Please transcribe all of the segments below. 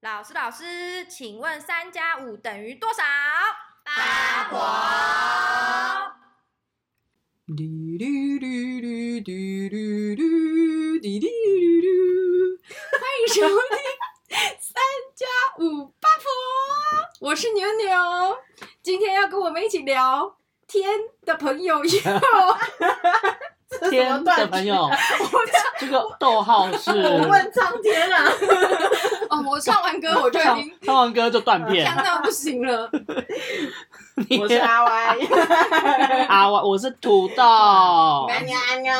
老师，老师，请问三加五等于多少？八婆。嘟嘟嘟嘟嘟嘟滴滴嘟嘟，欢迎收听三加五八婆，我是牛牛，今天要跟我们一起聊天的朋友哟，天的 朋友，这个逗号是 我问苍天啊，哦，我唱完歌我就已经唱完歌就断片。呛到不行了，嗯你 我是阿歪，啊，我我是土豆，嗯安呀安安呀，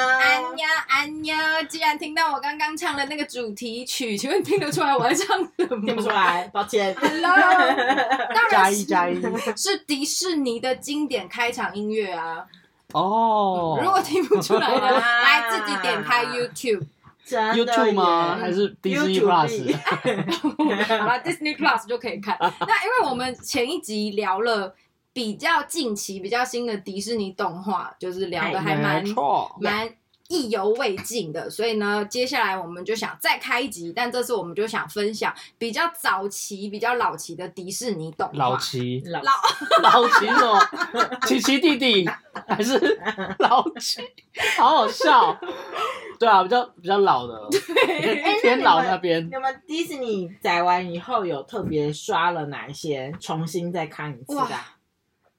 呀安呀！既然听到我刚刚唱的那个主题曲，请问听得出来我在唱什么？听不出。来，抱 歉。 Hello，当加然一是加一。是迪士尼的经典开场音乐啊！哦啊如果听不出来的， 哇来自己点开 YouTube，真的，YouTube 吗？耶还是 Disney YouTube Plus？好了，Disney Plus 就可以 看。那因为我们前一集聊了比较近期、比较新的迪士尼动画，就是聊的还蛮哎没错，蛮意犹未尽的，所以呢，接下来我们就想再开一集，但这次我们就想分享比较早期、比较老期的迪士尼动画。老齐，老老老齐什么？琪琪弟弟还是老齐？好好笑。对啊，比较比较老的，哎偏老那边。那么迪士尼载完以后，有特别刷了哪一些？重新再看一次的啊？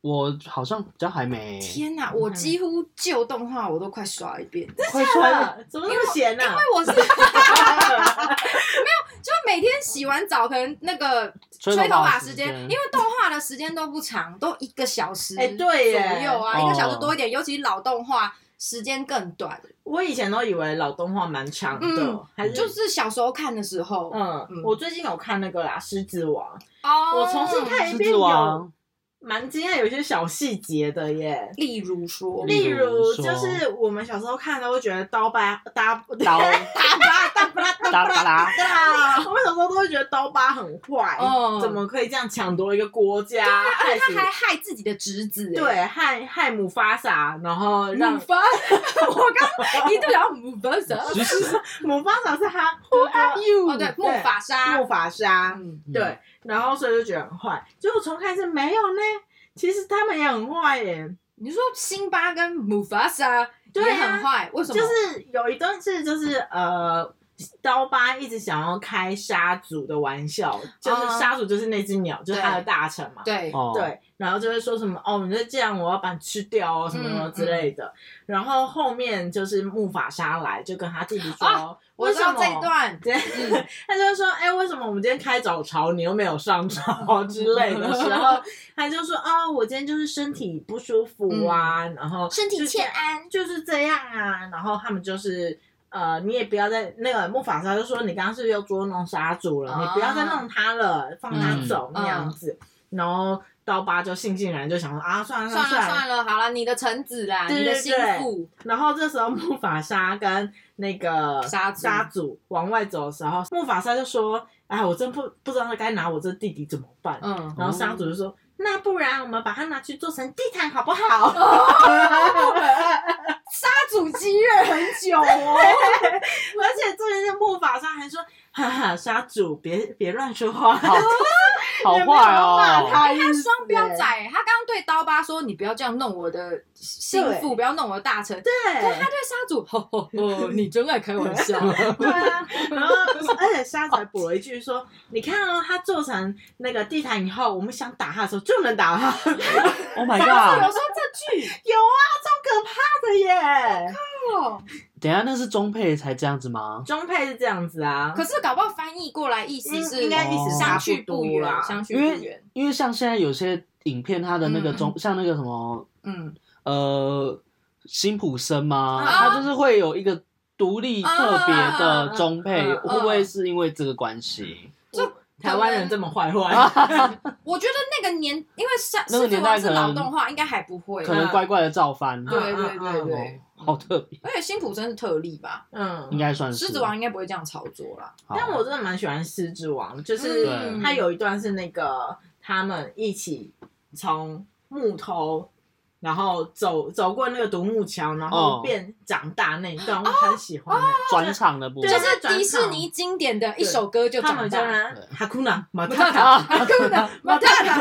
我好像比较还没。天哪，我几乎旧动画我都快刷一遍，因快穿啊怎么那么闲呢？为我是 就每天洗完澡，可能那个吹头发时间，因为动画的时间都不长，都一个小时哎对耶左右啊，哦一个小时多一点，尤其老动画时间更短， 我以前都以为老动画蛮长的嗯，还是就是小时候看的时候，嗯嗯，我最近有看那个啦，《狮子王》，哦，我重新看一狮遍子有王，蛮惊讶，有些小细节的耶。例如说，例例如，如就是我们小时候看的，会觉得刀疤搭 刀打巴打巴拉打巴拉，啦，我们小时候都会觉得刀疤很坏，嗯怎么可以这样抢夺一个国家？害他死还害自己的侄子、欸，对害害姆发萨，然后让母发， 我刚一度想要母发 啥？其实姆发萨是他 Who are you？哦，对，木法沙，木法沙，嗯对，然后所以就觉得很坏。结果重看是没有呢，其实他们也很坏耶，你说辛巴跟母法沙对也啊很坏，为什么？就是有一段是就是呃。刀疤一直想要开沙族的玩笑，就是嗯沙族就是那只鸟，就是他的对大臣嘛。对，哦，对，然后就会说什么哦，你再这样，我要把你吃掉哦，什么什么之类的。然后后面就是木法沙来，就跟他弟弟说，啊我为知什道么这一？段，对， 他就说，哎、为什么我们今天开早朝，你又没有上朝之类的时候，他就说，哦，我今天就是身体不舒服啊，然后就是安，就是这样啊，然后他们就是。呃，你也不要再那个木法沙就说你刚刚是不是又捉弄沙主了，啊你不要再弄他了，放他走、嗯那样子。然后刀疤就悻悻然就想说啊，算了嗯算了算了算了，好了，你的臣子啦，对你的对心对腹，然后这时候木法沙跟那个沙族沙祖往外走的时候，木法沙就说：“哎，我真不不知道该拿我这弟弟怎么办。嗯，然后沙祖就说：“那不然我们把它拿去做成地毯好不好？”沙主积怨很久哦， 而且重点是木法沙还说：“哈哈，沙主别别乱说话。” 好好坏也没有骂哦，他他双标仔，他刚刚对刀疤说你不要这样弄我的心腹，不要弄我的大臣，可是对他对沙主，吼吼吼，你真爱开玩笑。对啊，然后而且沙子还补了一句说：“你看哦，他做成那个地毯以后，我们想打他的时候就能打他。” ，Oh my 沙主有 god！说这句有啊，超可怕的耶！哦，等一下那是中配才这样子吗？中配是这样子啊，可是搞不好翻译过来意思应是应该意思相差去不不多啦远，相去因不远为。因为像现在有些影片，它的那个中像那个什么嗯，呃辛普森嘛，啊它就是会有一个独立特别啊啊的中配，啊啊会不会是因为这个关系？台湾人这么坏坏，我觉得那个年，因为沙那个狮子年代王是可能老动画，应该还不会。可能乖乖的照翻，对对嗯对嗯对，哦好特别，而且辛普森是特例吧，应嗯。该算是狮子王。应该不会这样操作啦。好但我真的蛮喜欢狮之王，就是嗯他有一段是那个他们一起从木头然后走走过那个独木桥，然哦后变长大那一段，我很喜欢欸。转场的部分对就在是转迪士场尼经典的一首歌就他长们大叫了。他对哈库纳马马塔塔塔，马塔 塔，马塔塔，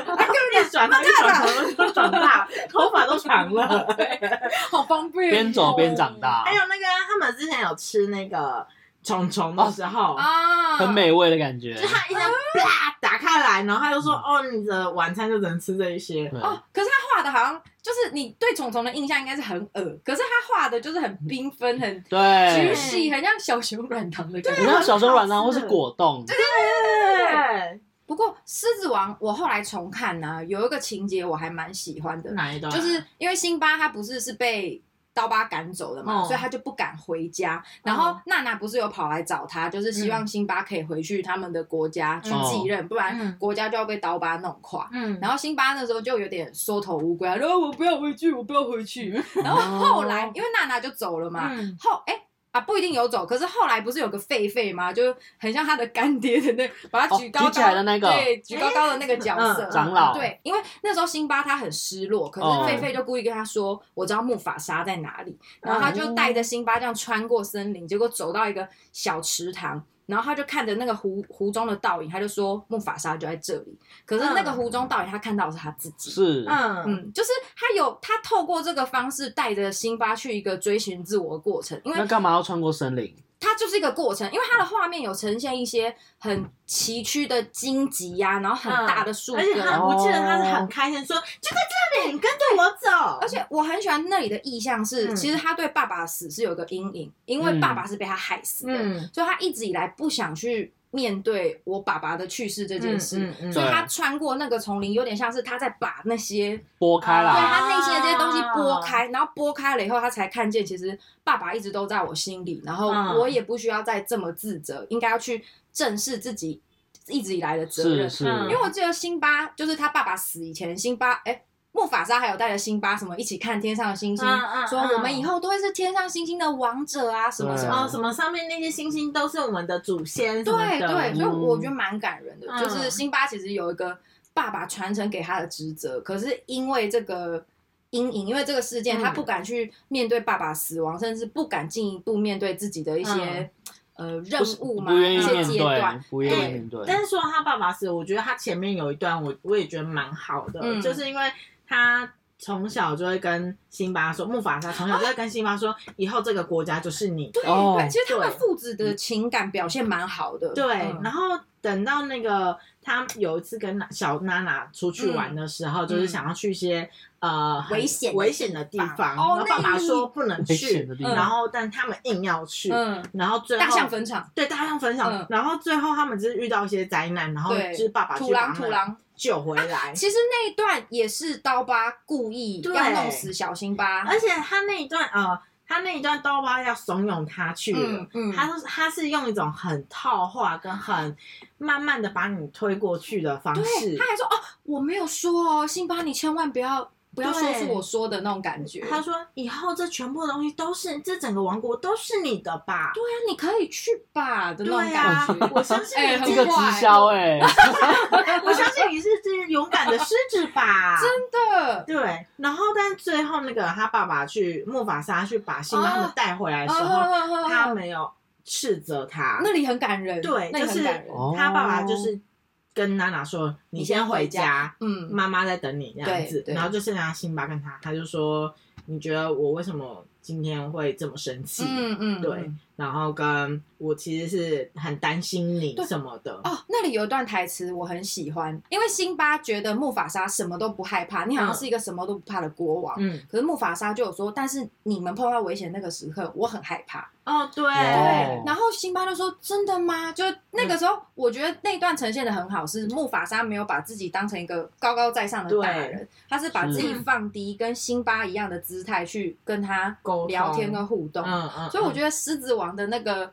一转头一转头就长大，头发都长了。 好方便。哦边走边长，大 还，有那个啊他们之前有吃那个虫虫的时候，啊，很。美味的感觉就。他一下啪打开来，然后他就说：“哦，你的晚餐就只能吃这一些。对哦，可是他画的好像就是你对虫虫的印象应该是很恶，可是他画的就是很缤纷、很对橘，系，很像小熊软糖的感你觉。像小时候软糖嗯或是果冻，”对，不过《狮子王》我后来重看呢、有一个情节我还蛮喜欢的，哪一段？啊就是因为辛巴他不是是被刀疤赶走的嘛，哦嗯所以他就不敢回家。然后娜娜不是有跑来找他，就是希望辛巴可以回去他们的国家去继任，不然嗯国家就要被刀疤弄垮。嗯，然后辛巴那时候就有点缩头乌龟啊，然后我不要回去，我不要回去。然后 后来因为娜娜就走了嘛，嗯，后哎。啊，不一定有走，可是后来不是有个狒狒吗？就很像他的干爹的那，把他哦举高高、举起来的那个对，举高高的那个角色，嗯长老对，因为那时候辛巴他很失落，可是哦狒狒就故意跟他说：“我知道木法沙在哪里。”然后他嗯就带着辛巴这样穿过森林，结果走到一个小池塘，然后他就看着那个湖湖中的倒影，他就说：“木法沙就在这里。”可是那个嗯湖中倒影，他看到的是他自己。是嗯嗯，就是他有他透过这个方式带着辛巴去一个追寻自我的过程，因为那干嘛要穿过森林？它就是一个过程，因为它的画面有呈现一些很崎岖的荆棘呀、然后很大的树而且根，他，我记得他是很开心说：“就在这里，你跟着我走。”哦而且我很喜欢那里的意象是，嗯其实他对爸爸的死是有个阴影，因为爸爸是被他害死的，嗯，所以他一直以来不想去面对我爸爸的去世这件事。嗯嗯所以对他穿过那个丛林，有点像是他在把那些拨开啊对来，他内心的这些东西拨开，然后拨开了以后，他才看见其实爸爸一直都在我心里，然后嗯我也不需要再这么自责，应该要去正视自己一直以来的责是任。是，嗯因为我记得辛巴就是他爸爸死以前，辛巴哎。莫法沙还有带着辛巴什么一起看天上的星星，嗯嗯说嗯我们以后都会是天上星星的王者啊，什么什么哦，什么上面那些星星都是我们的祖先什么对的，对，所以嗯我觉得蛮感人的。嗯就是辛巴其实有一个爸爸传承给他的职责，可是因为这个阴影，因为这个事件，嗯他不敢去面对爸爸死亡，甚至不敢进一步面对自己的一些、嗯呃任不是务嘛，不愿意一些面阶段对，。不愿哎意面对。但是说他爸爸死，我觉得他前面有一段我我也觉得蛮好的，嗯就是因为他从小就会跟辛巴说，木法沙从小就会跟辛巴说，以后这个国家就是你。对、哦对，其实他们对父子的情感表现蛮好的。对，嗯然后等到那个他有一次跟娜小娜娜出去玩的时候，就是想要去一些呃嗯很危险的危险的地地方方，哦然后爸那爸一说不能危险去的，地方然后但他们硬要去，嗯，然后最后大象坟场，对大象分享，嗯然后最后他们就是遇到一些灾难，然后对就是爸爸土去把狼他土们狼。啊救回来。其实那一段也是刀疤故意对要弄死小辛巴，而且他那一段呃，他那一段刀疤要怂恿他去了，嗯嗯他是他是用一种很套话跟很慢慢的把你推过去的方对，式他。还说哦，我没有说哦，辛巴，你千万不要不要说出我说的那种感觉。他说：“以后这全部的东西都是这整个王国都是你的 吧对啊，你可以去吧的那种对啊感觉。我相信 哎你很这个坏直销哎，？”我相信你是只勇敢的狮子 吧？真的。对。然后，但最后那个他爸爸去木法沙去把辛巴他啊们带回来的时候，哦他没有斥责他，那里很感人，对那里很感人。就是他爸爸就是跟娜娜说：“你先回家，嗯，妈妈在等你。”这样对子，对然后就剩下辛巴跟他，他就说：“你觉得我为什么今天会这么生气？”嗯嗯，对。然后跟我其实是很担心你什么的，哦，那里有一段台词我很喜欢，因为辛巴觉得木法沙什么都不害怕，你好像嗯是一个什么都不怕的国王。嗯，可是木法沙就有说，但是你们碰到危险那个时刻，我很害怕。哦，嗯对，哦对，然后辛巴就说：“真的吗？”就那个时候，我觉得那段呈现的很好，是木法沙没有把自己当成一个高高在上的大人，他是把自己放低，跟辛巴一样的姿态去跟他沟通聊天跟互动。嗯嗯，所以我得觉得《狮子王》的那个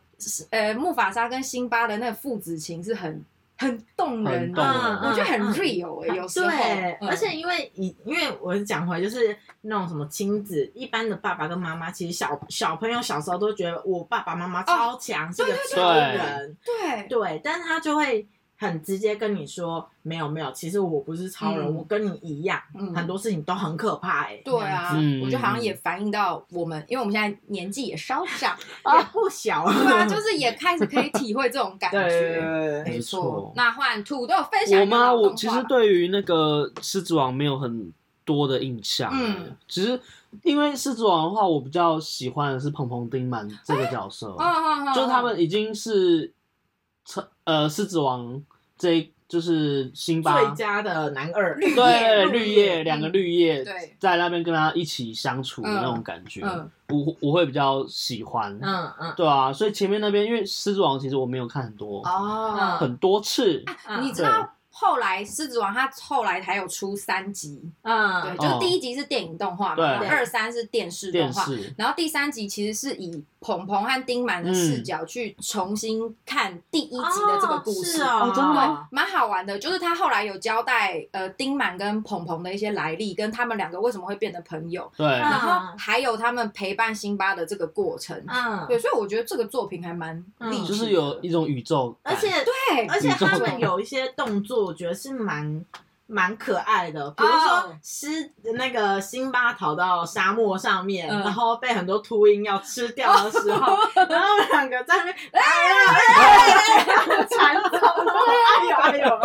呃木法沙跟辛巴的那个父子情是很很动人很嗯动的，人嗯我觉得很 real 欸有时候，对，嗯而且因为以因为我讲回就是那种什么亲子，一般的爸爸跟妈妈，其实小小朋友小时候都觉得我爸爸妈妈超强，是个哦对超人，对对，但是他就会很直接跟你说，没有没有，其实我不是超人，嗯我跟你一样，嗯很多事情都很可怕哎、欸。对啊，嗯我觉得好像也反映到我们，因为我们现在年纪也稍长，这样子，也不小了。对 啊，就是也开始可以体会这种感对对对觉。对对没错那换土豆分享我一个吗？脑洞我话其实吧对于那个狮子王没有很多的印象。嗯，其实因为狮子王的话，我比较喜欢的是彭彭丁满这个角色，嗯嗯嗯就是他们已经是成呃狮子王这一就是辛巴最佳的男二，绿叶对绿绿叶叶两个嗯绿叶对在那边跟他一起相处的嗯那种感觉，嗯我我会比较喜欢。嗯嗯，对啊，所以前面那边因为狮子王其实我没有看很多、哦，很多次，嗯你知道后来《狮子王》它后来还有出三集，对，嗯就是哦第一集是电影动画嘛，对然后二三是电视动电画，视然后第三集其实是以鹏鹏和丁满的视角去重新看第一集的这个故事。哦是哦嗯哦真的对，蛮好玩的，就是他后来有交代，呃，丁满跟鹏鹏的一些来历，跟他们两个为什么会变成朋友，对，嗯然后还有他们陪伴辛巴的这个过程。嗯，对，所以我觉得这个作品还蛮嗯励志的，就是有一种宇宙感，而且对，而且他宇宙们感有一些动作，我觉得是蛮蛮可爱的，比如说狮、那个辛巴逃到沙漠上面，嗯然后被很多秃鹰要吃掉的时候，然后两个在那边哎呀缠斗，哎呦哎呦，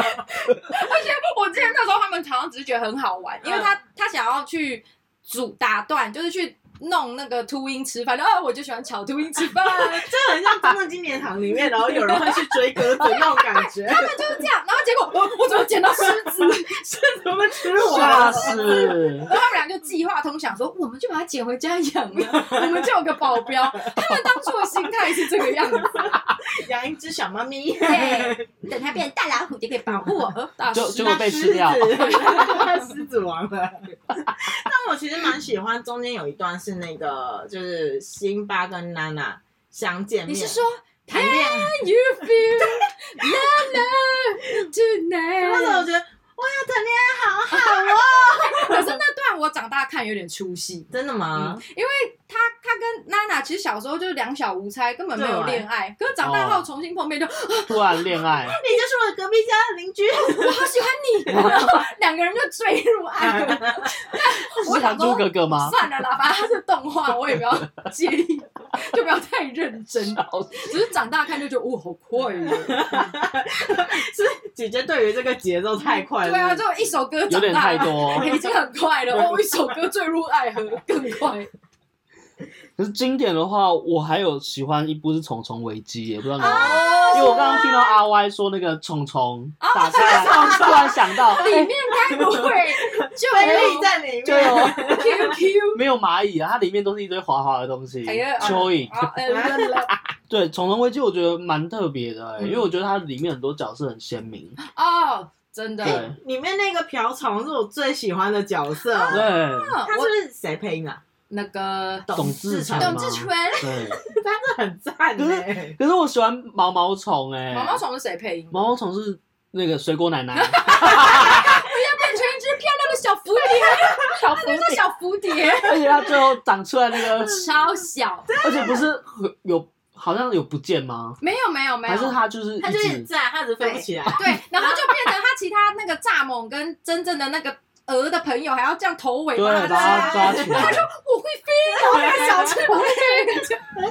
我之前那时候他们好像只是觉得很好玩，因为他他想要去阻打断，就是去弄那个秃鹰吃饭，就啊我就喜欢炒秃鹰吃 饭，这很像《中正纪念堂》里面，然后有人会去追鸽子那种感觉，他们就是这样，然后结果我我怎么捡到狮子？ 怎么吃我吓死！然后他们俩就计划通想说，我们就把它捡回家养了，我们就有个保镖。他们当初的心态是这个样子，养一只小猫 咪，对，等它变大老虎就可以保护 我。啊，就是结果被吃掉那狮子狮子王了。但我其实蛮喜欢中间有一段是那个，就是辛巴跟娜娜相见你面，是说谈恋爱？ Can you feel love tonight？那 时候我觉得哇，谈恋爱好好，可是那段我长大看有点出戏。真的吗？他他跟娜娜其实小时候就是两小无猜，根本没有恋爱。可是长大后重新碰 面就，突然恋爱，你就是我隔壁家的邻居，我好喜欢你，然后两个人就坠入爱河。我 是想弹珠说，格格吗？算了啦，反正它是动画，我也不要 介意，就不要太认真。只是长大看就觉得，哦，好快 哦！是姐姐对于这个节奏太快了，对啊，就一首歌有长点大太多。已经很快了。哦，一首歌坠入爱河更快。可是经典的话，我还有喜欢一部是《虫虫危机》，也不知道你有没有哦因为我刚刚听到阿 Y 说那个虫虫啊打开来，突然想到， 里面该不会 就美有丽在里面，就有 QQ 没有蚂蚁啊，它里面都是一堆滑滑的东西，哎呀蚯蚓。啊？呃对，《虫虫危机》我觉得蛮特别的、欸嗯因为我觉得它里面很多角色很鲜明。哦，真的。对里面那个瓢虫是我最喜欢的角色，对，啊他是我不是谁配音啊？那个董志志成成董志全，对。他是很赞的、欸，可是我喜欢毛毛虫哎、毛毛虫是谁配音？毛毛虫是那个水果奶 奶，变成一只漂亮的小蝴蝶，小蝴那个小蝴蝶而且它最后长出来那个，超小，而且不是有好像有不见吗？没有没有没还是有。它就是一他就是很直赞，他只是飞不起来。对，然后就变成他其他那个蚱蜢跟真正的那个鹅的朋友还要这样头尾对它把它抓抓起来。起他来说，我会飞，然后那个小翅膀飞。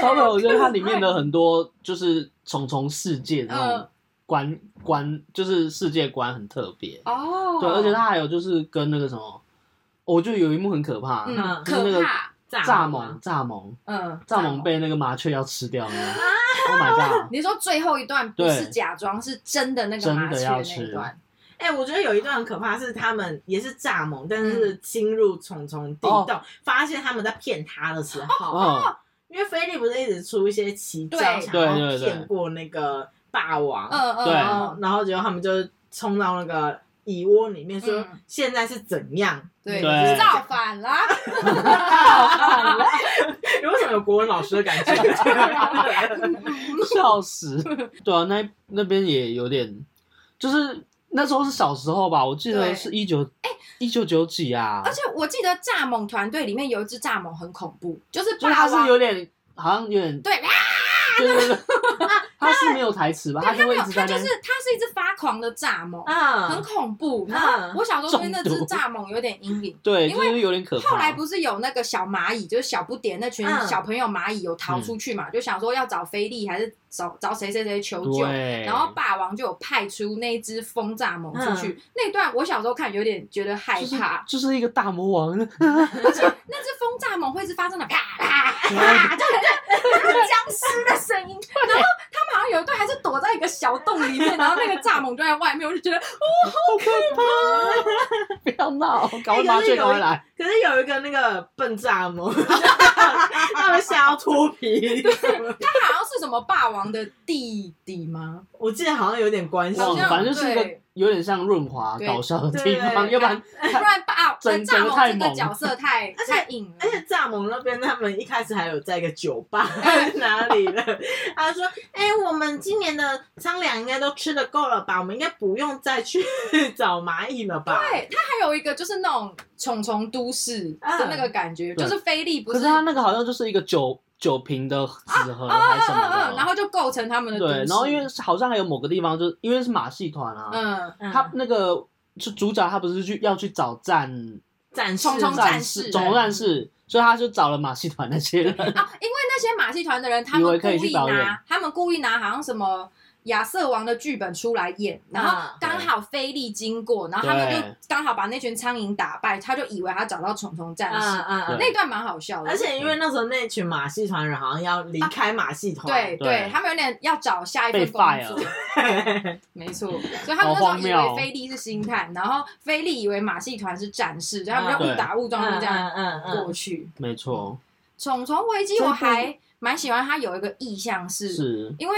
超的，我觉得它里面的很多就是虫虫世界的那嗯种观观，就是世界观很特别。哦对，而且它还有就是跟那个什么，我就有一幕很可怕，嗯就是那可个怕，蚱蜢，蚱蜢，嗯，蚱蜢。被那个麻雀要吃掉了。Oh my god！你说最后一段不是对假装，是真的那个麻真的雀要那一吃段，哎、我觉得有一段很可怕，是他们也是蚱蜢，但嗯是侵入虫虫地哦洞，发现他们在骗他的时候，哦，因为菲利不是一直出一些奇招，对想对要对对骗过那个霸王，嗯嗯对然后嗯，然后结果他们就冲到那个蚁窝里面，说嗯现在是怎样？对，对造反啦！你为什 么有国文老师的感觉？ 笑死！对啊，那那边也有点，就是那时候是小时候吧，我记对得是一九一九九几啊，而且我记得蚱蜢团队里面有一只蚱蜢很恐怖，就是就是霸它是王有点好像有点 对，啊对对对，他是没有台词吧？对，就他会没一有，直在他那就边是他是一只发狂的蚱蜢，很嗯，恐怖。啊然后我小时候对那只中毒蚱蜢有点阴影。对，因就为是有点可怕。后来不是有那个小蚂蚁，就是小不点那群嗯小朋友蚂蚁有逃嗯出去嘛，就想说要找菲利还是找找谁谁谁求救，对，然后霸王就有派出那只风蚱蜢出去。那段我小时候看有点觉得害嗯就是怕，就是一个大魔王， 而且那只风蚱蜢会是发生的啪 啪啪，就是僵尸的声音。然后他们好像有一段还是躲在一个小洞里面，然后那个蚱蜢就在外面，我就觉得不要闹，赶快哎麻可是醉，赶有一快来。可是有一个那个笨蚱蜢， 他们想要脱皮，他好像是什么霸王的弟弟吗？我记得好像有点关系，好忘了，像反正就是一个对有点像润滑对搞笑的对地对方，要不然不然霸 整蚱整个蜢太这个猛角色太 而且太硬了而。且蚱蜢那边他们一开始还有在一个酒 吧哪里了，他说：“哎、我们今年的苍粮应该都吃的够了吧？我们应该不用再去 找蚂蚁了吧？”对，它还有一个就是那种虫虫都市的那个感觉，嗯对就是啊菲利不可是他那个好像就是一个酒酒瓶的纸盒还是什么的，嗯哦然后就构成他们的都对，市然后因为好像还有某个地方，就是因为是马戏团啊，嗯，嗯，他那个就主角他不是去要去找战展示冲冲展战士士总统战士，所以他就找了马戏团那些人， 啊，因为那些马戏团的人，他以为们可以故去意表演拿，他们故意拿好像什么。亚瑟王的剧本出来演，然后啊刚好菲利经过，然后他们就刚好把那群苍蝇打败，他就以为他找到虫虫战士嗯，嗯嗯。啊对那段蛮好笑的。而且因为那时候那群马戏团人好像要离开马戏团，啊对对对，他们有点要找下一被份工 fire 作， 没错，所以他们那时好候荒以谬哦为菲利是星探，然后菲利以为马戏团是战士，所以他们就嗯误打误撞嗯就这样嗯啊嗯过去。没错，虫虫危机这部我还蛮喜欢，它有一个意象是，是因为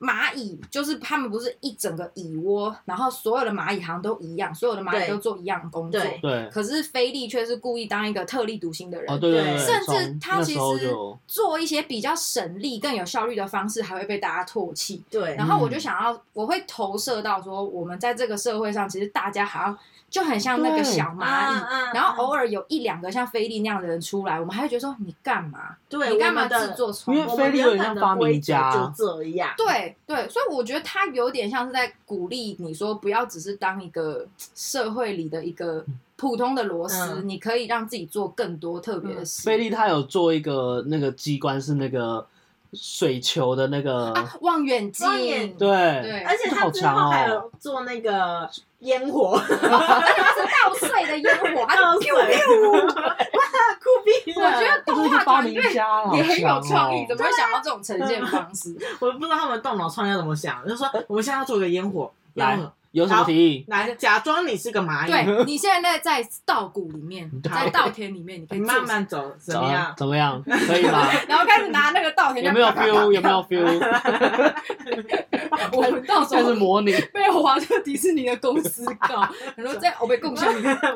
蚂蚁就是他们不是一整个蚁窝，然后所有的蚂蚁好像都一样，所有的蚂蚁对都做一样的工作，对对，可是菲利却是故意当一个特立独行的人。哦对对对，对甚至从他那其时候实就做一些比较省力、更有效率的方式，还会被大家唾弃。嗯，对然后我就想要，我会投射到说，我们在这个社会上，其实大家好像就很像那个小蚂蚁，蚁然后偶尔有一两个像菲利那样的人出来，我们还会觉得说你干嘛？对你干我嘛们的自作聪因明为？我菲们利原有点本像的发明规则家就这样，对对，所以我觉得他有点像是在鼓励你说，不要只是当一个社会里的一个嗯普通的螺丝，嗯你可以让自己做更多特别的事。菲利他有做一个那个机关是那个水球的那个，啊，望远镜，望远对对，而且这他好之强后还哦，有做那个烟火，而且它是稻穗的烟火，它到就水，飘。 哇，酷毙我了！觉得他动就是画发团明队 家了，也很有好强创哦意，怎么会想到这种呈啊现方式？我不知道他们动脑创意要怎么想，就说我们现在要做个烟火，来然后有什么提议？来假装你是个哎蚂蚁，对你现在在稻谷里面，对在稻田里面，你可以你做哎慢，慢走，怎么样？怎么样？ 可以吗？ 然后开始拿那个稻田，有没有这样 feel？有没有 feel？ 我们到时开始候模拟。 被华特迪士尼的公司 告，然后在欧被贡献。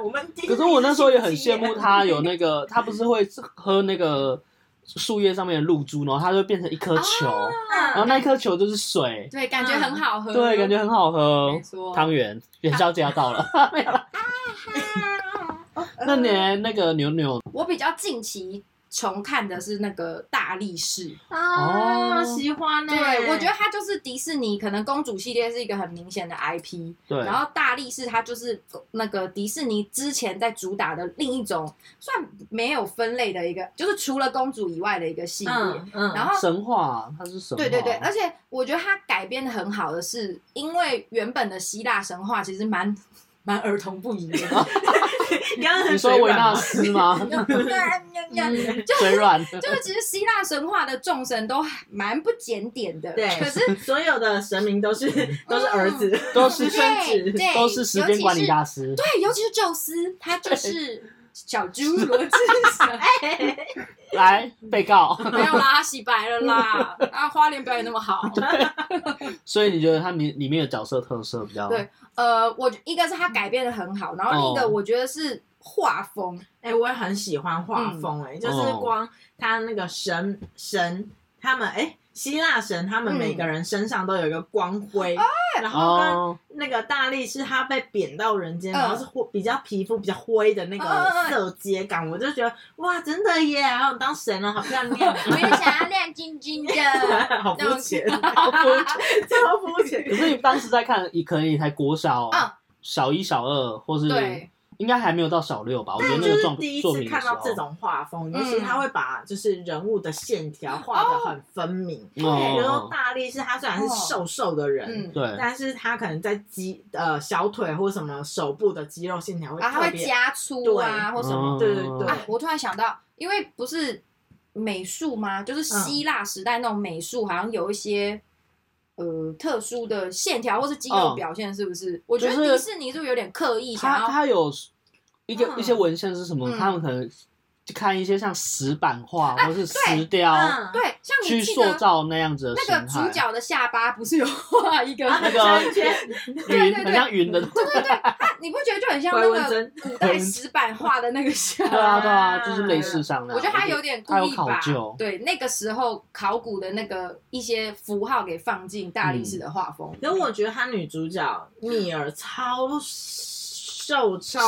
我们可是我那时候也很羡慕他有那个，他不是会喝那个树叶上面的露珠，然后它就变成一颗球，然后嗯，那一颗球就是水，啊对，感觉很好喝，嗯对，感觉很好喝没。错。汤圆，元宵节要 到了， 没有了。那年那个牛牛我比较近期重看的是那个大力士，啊，哦喜欢呢，对我觉得它就是迪士尼，可能公主系列是一个很明显的 IP，对，然后大力士它就是那个迪士尼之前在主打的另一种，算没有分类的一个，就是除了公主以外的一个系列。嗯嗯，然后神话，它是神话，对对对， 而且我觉得它改编的很好的是，因为原本的希腊神话其实蛮蛮儿童不 宜的， 你刚刚很你说水维软纳吗斯吗？嗯就是 嘴软，就是其实希腊神话的众神都蛮不检点的，对可是所有的神明都是都是儿子，都是孙对子，对，都是时间管理大师。对， 尤其是宙斯，他就是小猪罗志 祥，来，被告。没有啦，他洗白了啦，啊，花莲表演那么好，所以你觉得它里里面的角色特色比较对呃，我一个是他改编的很好，然后另一个哦我觉得是画风，哎、我也很喜欢画风、哎、就是光他那个神神他们，哎、希腊神他们每个人身上都有一个光辉，然后跟哦，那个大力士他被贬到人间，嗯然后是灰比较皮肤比较灰的那嗯嗯个嗯色阶感，我就觉得哇，真的耶，然后当神了，好漂亮我也想要亮晶晶 的。啊，好肤浅，好肤浅超肤浅可。是你当时在看，你可能你才国小嗯，小一、小二，或是对应该还没有到小六吧？我觉得但那就个是状第一作次品的看时到候，这种画风，尤其他会把就是人物的线条画的很分明。比如说哦，大力士，他虽然是瘦瘦的人，嗯，对，但是他可能在肌呃小腿或什么手部的肌肉线条会然后它特啊会别，加粗啊对或什嗯么哦对对对啊，我突然想到，因为不是美术吗？就是嗯希腊时代那种美术，好像有一些。呃，特殊的线条或是肌肉嗯表现，是不是？我觉得就是迪士尼是不是有点刻意想他要他有一个嗯一些文献是什么？哦嗯他们可能就看一些像石板画或是石雕嗯，对，像去你记得塑造那样子的那个形主态，角的下巴不是有画一个 啊那个像一圈云对对很像云的，对啊，你不觉得就很像回那纹个针古代石板画的那个像？ 啊对啊，就是类似上那样。我觉得他有点故他有意把考究，对那个时候考古的那个一些符号给放进大力士的画风。可我觉得她女主角蜜儿超瘦超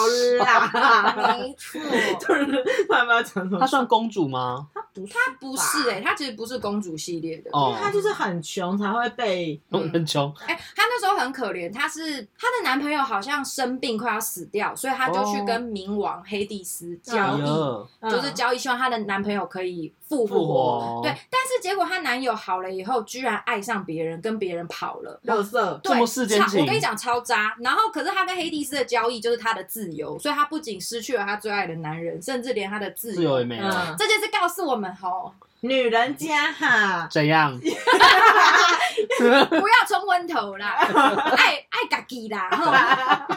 辣，没错，就是突然不知道讲什么他。算公主吗？ 她不是，他不是哎、欸，他其实不是公主系列的。哦，她就是很穷才会被嗯很穷，哎、她那时候很可怜，她是她的男朋友好像生病快要死掉，所以她就去哦跟冥王黑帝斯哎交易，呦嗯就是交易，希望她的男朋友可以复复活对，但是结果她男友好了以后，居然爱上别人，跟别人跑了。乐色，对，这么世间超情我跟你讲超渣。然后，可是她跟黑帝斯的交易就是她的自由，所以她不仅失去了她最爱的男人，甚至连她的自自由也没了，嗯这件事告诉我们吼，女人家哈，怎 样？不要冲昏头 啦，爱爱嘎己啦， 吼，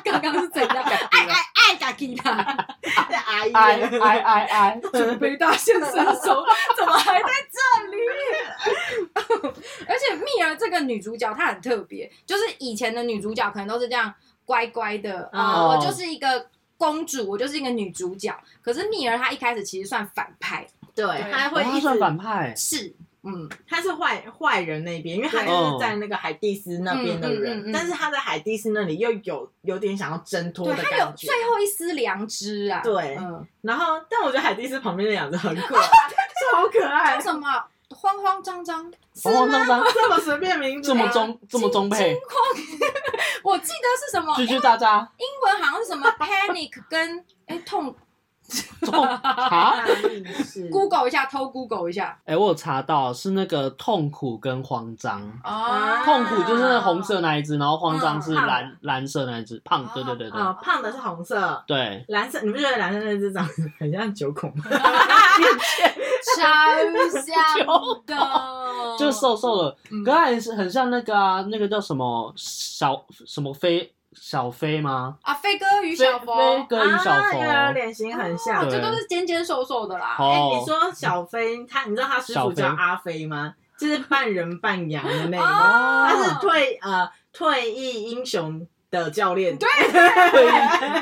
刚刚是怎样？爱爱爱嘎己啦，这阿姨啊哎哎哎哎，准备大现身 手，怎么还在这里？ 而且蜜儿这个女主角她很特别，就是以前的女主角可能都是这样乖乖的啊、哦我就是一个。公主，我就是一个女主角。可是蜜儿她一开始其实算反派，对，她会他一算直反派，是，嗯，他是坏坏人那边，因为他对就是在那个海蒂斯那边的人，嗯嗯嗯嗯但是他在海蒂斯那里又有有点想要挣脱对，的她有感觉最。后一丝良知啊，对嗯，然后，但我觉得海蒂斯旁边那两只很可爱，超可爱叫，什么啊慌慌张张，是慌慌张张，这么随便名字，这么，中这么中配，我记得是什么句句喳喳， 英文好像是什么 panic 跟哎痛中啊！ 大力士， ，Google 一下，偷 Google 一下哎，我有查到是那个痛苦跟慌张，啊痛苦就是那红色那一只，然后慌张是嗯胖蓝蓝色那一只，胖，对对对对啊、胖的是红色，对，蓝色，你不觉得蓝色那只长得很像九孔吗？超像 哦的，就是瘦瘦的，嗯刚才是很像那个啊，那个叫什么小什么飞小飞吗？啊，飞哥与飞小飞佛，啊哥与小啊，原来佛，脸型很像。对这都是尖尖瘦瘦的啦。哎、哦你说小飞，他你知道他师小傅飞叫阿飞吗？就是半人半羊的那一个。哦他是退呃退役英雄的教练，对退役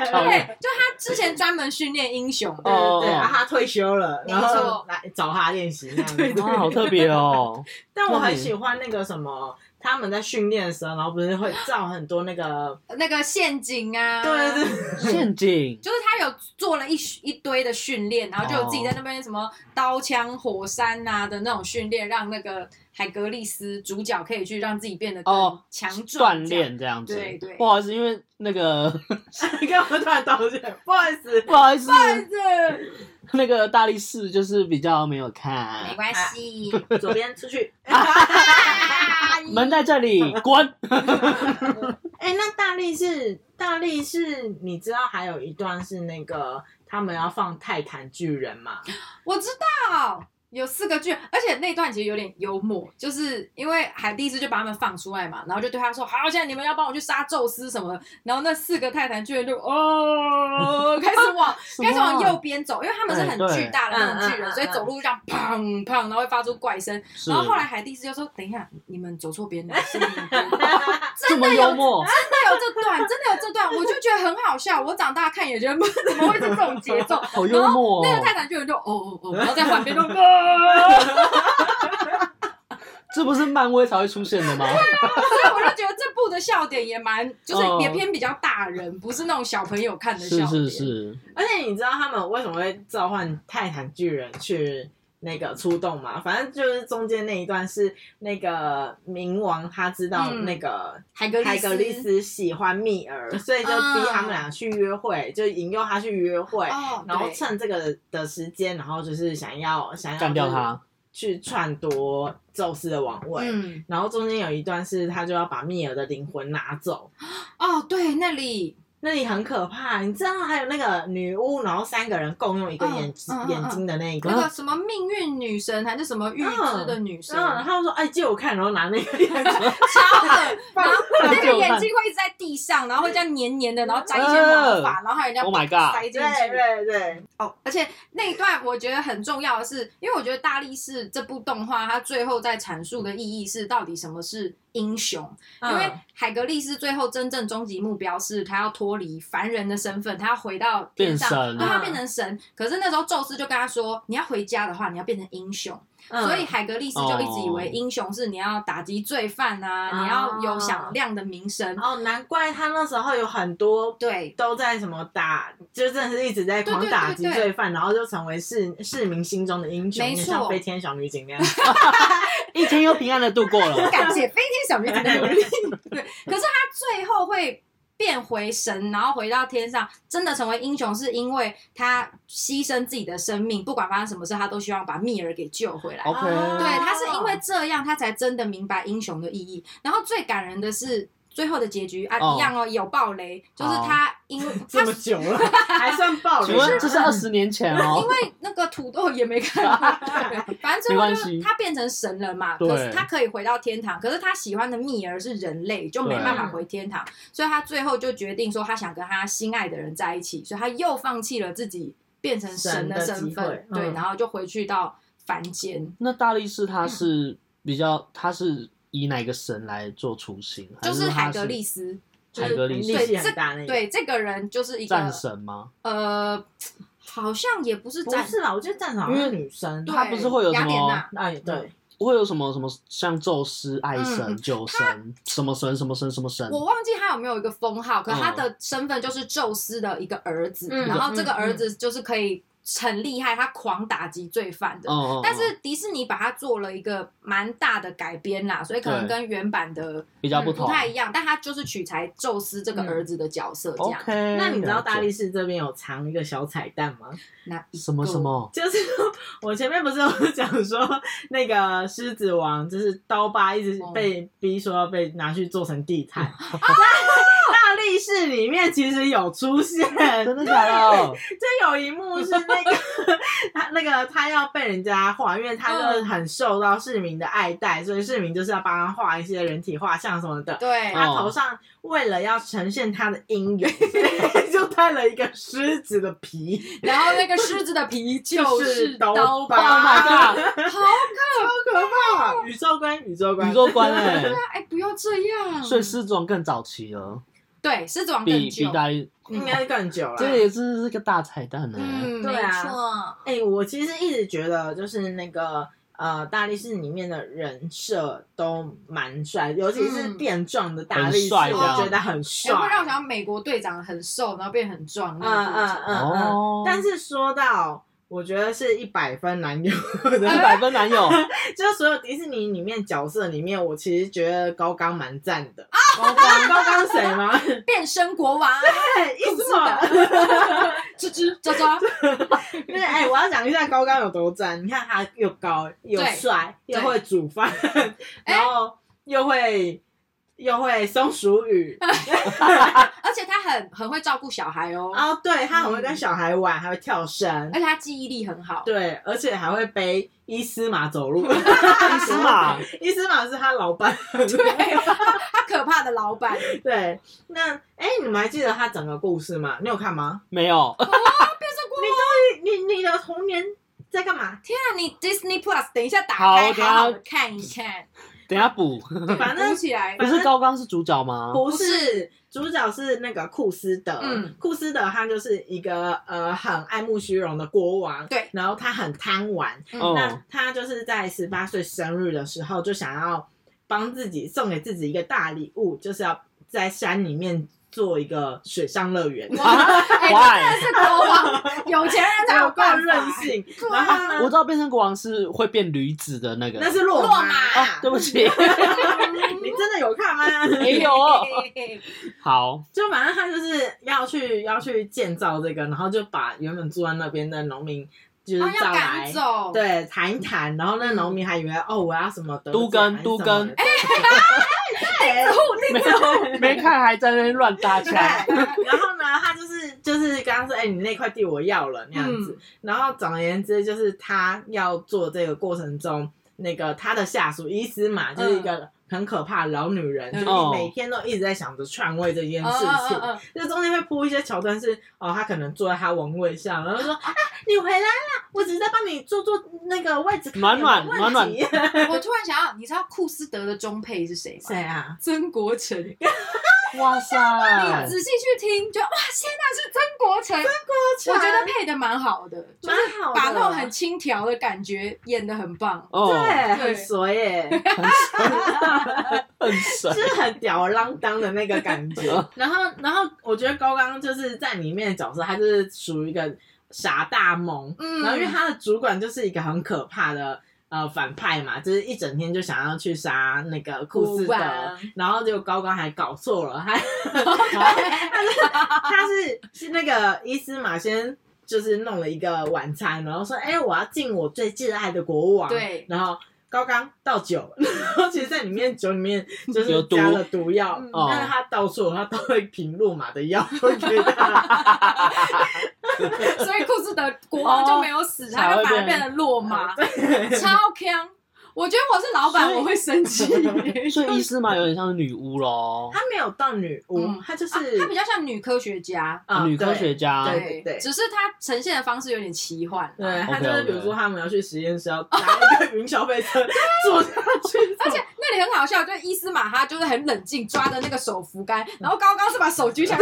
教 对练，，就他之前专门训练英雄的，哦对，啊他退休了，没然错后来找他练习。这样子对对哇，好特别哦，但我很喜欢那个什么，他们在训练的时候，然后不是会造很多那个，那个陷阱啊，对 对，对，陷阱，就是他有做了一一堆的训练，然后就有自己在那边什么刀枪火山呐、啊、的那种训练，让那个海格力斯主角可以去让自己变得更哦强壮、锻。炼这样子。对对不好意思，因为那个 你干嘛突然道歉？不好意思，不好意思，对，那个大力士就是比较没有看没。关系， 左边出去。门在这里， 滚！哎，那大力士，大力士，你知道还有一段是那个他们要放泰坦巨人嘛？ 我知道。有四个剧，而且那段其实有点幽默，就是因为海蒂斯就把他们放出来嘛，然后就对他说：“好，现在你们要帮我去杀宙斯什么的。”然后那四个泰坦巨人就哦，开始 往应该是往右边走，因为他们是很哎对巨大的那种巨嗯人，嗯嗯所以走路这样砰砰，然后会发出怪声。是然后后来海蒂斯就说：“等一下，你们走错边了，是你们边这真么的幽有，默，真的有这段，真的有这段，我就觉得很好笑。我长大看也觉得， 怎么会是这种节奏？好幽默哦 那个泰坦巨人就哦哦哦，然后再换边就，啊这不是漫威才会出现的吗？所以我就觉得这部的笑点也蛮，就是哦也偏比较大人，不是那种小朋友看啊的笑是点。是是，而且你知道他们为什么会召唤泰坦巨人去那个出动吗？反正就是中间那一段是那个冥王他知道嗯那个海格海格力力斯，啊斯喜欢蜜儿，所以就逼他们俩去约会，就引诱他去约会。哦，然后对趁这个的时间，然后就是想要想要干掉他。去篡夺宙斯的王位。嗯，然后中间有一段是他就要把蜜儿的灵魂拿走，哦，对，那里那里很可怕。你知道还有那个女巫，然后三个人共用一个嗯眼、嗯嗯眼睛的那一个。那个什么命运女神还是什么预知的女神，嗯，他们说：“哎，借我看。”然后拿那个眼睛，超 恶然后那就个有眼看睛会一直在地上，然后会这样黏黏的，然后沾一些毛发，然后还有人家 Oh my god 塞进对去。对对，哦，而且那一段我觉得很重要的是，因为我觉得《大力士》这部动画，它最后在阐述的意义是到底什么是英雄。因为嗯海格力斯最后真正终极目标是他要脱离凡人的身份，他要回到天上，变神啊对，他嗯变成神。可是那时候宙斯就跟他说，你要回家的话，你要变成英雄。嗯所以海格力斯就一直以为哦英雄是你要打击罪犯啊，哦你要有响亮的名声。哦，难怪他那时候有很多对都在什么打，就真的是一直在狂对对打击对对罪犯，然后就成为市市民心中的英雄，没有点错像飞天小女警那样。一天又平安的度过了。感谢飞天小女警的努力。对，可是他最后会变回神，然后回到天上，真的成为英雄，是因为他牺牲自己的生命，不管发生什么事，他都希望把蜜儿给救回来。 OK，哦对，他是因为这样，他才真的明白英雄的意义。然后最感人的是最后的结局啊，哦一样哦，有暴雷，就是哦他因为他这么久了， 还算暴请雷吗？问这 是二十年前因哦？为那个土豆也没看 过，对 反正最后没关就是系他变成神了嘛，对可是他可以回到天堂，可是他喜欢的蜜儿是人类，就没办法回天堂，所以他最后就决定说他想跟他心爱的人在一起，所以他又放弃了自己变成神的身神的份机，会对，嗯然后就回去到凡间，那大力士他是比较，他是以哪个神来做雏形？还就是是他海格力斯。海格力力士气很大那个。对，这个人就是一战个神吗？呃，好像也不是不战，是啦，我觉得站长好像是女生。对，他不是会有什雅么典娜，哎，对，会有什么什么像宙斯、爱嗯神、酒神、什么神、什么神、什么神？我忘记他有没有一个封号，可嗯他的身份就是宙斯的一个儿子，嗯然后这个嗯嗯儿子就是可以很厉害，他狂打击罪犯的。嗯，但是迪士尼把它做了一个蛮大的改编啦，所以可能对跟原版的嗯比较不同。太一样，但他就是取材宙斯这个儿子的角色这样。嗯 OK，那你知道大力了士这边有藏一个小彩蛋吗？那一解什么什么？就是 我前面不是有讲说那个狮子王，就是刀疤一直嗯被逼说要被拿去做成 地啊毯。在 大力士里面其实有出现，真的假的？就有一幕是那 个他那个他要被人家画，因为他就是很受到市民的爱戴，所以市民就是要帮他画一些人体画像什么的。哦对，他头上为了要呈现他的姻 缘，所以就戴了一个狮子的皮，然后那个狮子的皮就 就是刀疤。 Oh my god！好超可怕！ 宇宙观，宇宙观，宇宙观哎、哎、不要这样。所以狮子王更早期了，对狮子王比更比久，大力，应该更久了。这也真的是个大彩蛋欸呢、嗯，对没啊错。哎、我其实一直觉得，就是那个呃，大力士里面的人设都蛮帅，尤其是嗯变壮的大力士，很帅我觉得很帅哎，。会让我想到美国队长很瘦，然后变很壮嗯那个嗯队长。嗯嗯。哦，但是说到，我觉得是一百分男友一哎的，百分男友就是所有迪士尼里面角色里面，我其实觉得高刚蛮赞啊的。高光高刚谁 吗？变身国王，哎对， 一直猛。吱吱喳喳，因为哎、我要讲一下高刚有多赞。你看他又高又对帅，又对会煮饭，然后又会、又会松鼠 语。而且他很很会照顾小孩哦，哦，对他很会跟小孩玩，还会跳绳而。且他记忆力很好。对，而且还会背伊斯玛走 路。伊斯玛，伊斯玛是他老板。对，他可怕的老板，对，那哎、你们还记得他整个故事吗？你有看吗？没 有，你你你的童年在干嘛？天啊！你 Disney Plus 等一下打好开，等一下好好的看一看。等一下补。对反正鼓起来不，是高刚是主角吗？不是，主角是那个库斯德。嗯库斯德他就是一个呃很爱慕虚荣的国王，对然后他很贪玩，哦那他就是在十八岁生日的时候就想要帮自己送给自己一个大礼物，就是要在山里面做一个水上乐园。哦 啊哎， ，Why？这是国王，有钱人才有够办任法。性，对然后啊我知道变成国王是会变驴子的那个，那是落落马，马啊，对不 起，你真的有看吗？没有。哦 好，就反正他就是要去要去建造这个，然后就把原本住在那边的农民就是哦，叫要赶来，走，对，谈一谈，然后那农民还以为、哦，我要什么得都奖跟还是都什么跟的哎对没有没看还在那边乱搭对，腔，然后呢，他就是就是刚刚说，哎、你那块地我要了那样子。嗯然后总而言之，就是他要做这个过程中，那个他的下属伊斯玛就是一个很可怕的老女人，嗯就是每天都一直在想着篡位这件嗯，事情。嗯嗯就中间会铺一些桥段是，哦，他可能坐在他王位上，然后说啊，你回来啦，我只是在帮你做做那个位置看暖暖有没有暖暖问题嗯我突然想到，你知道库斯德的中配是谁吗？ 谁啊？曾国成。哇塞，仔细去听，就哇，天哪，是曾国成，我觉得配的蛮好的，就是蛮好的，把那种很轻佻的感觉演的很棒。哦，对对，很水耶、很神，就是很吊儿郎当的那个感觉。 然后，然后我觉得高刚就是在里面的角色，他就是属于一个傻大萌。嗯然后，因为他的主管就是一个很可怕的呃反派嘛，就是一整天就想要去杀那个库斯古德玩，然后结果高刚还搞错了，他 哦他是是那个伊斯玛先。就是弄了一个晚餐，然后说：“哎、我要敬我最挚爱的国王。”对然后高刚倒酒， 然后其实在里面酒里面就有是毒加了毒药，嗯哦但是他倒出他都会平落马的药 给他，所以库斯德国王就没有死，哦他就反才而会变变成落马，超强。我觉得我是老板，所以我会生气。所以伊斯玛有点像是女巫喽，他没有到女巫，嗯他就啊 是他比较像女科学家，啊女科学家，对对对只是他呈现的方式有点奇幻。啊对，对 OK，他就是比如啊 OK 说他们要去实验室要 搭一个云霄飞车坐下 去，而且那里很好笑，就是伊斯玛哈就是很冷静，抓着那个手扶杆，嗯然后高高是把手举 起来，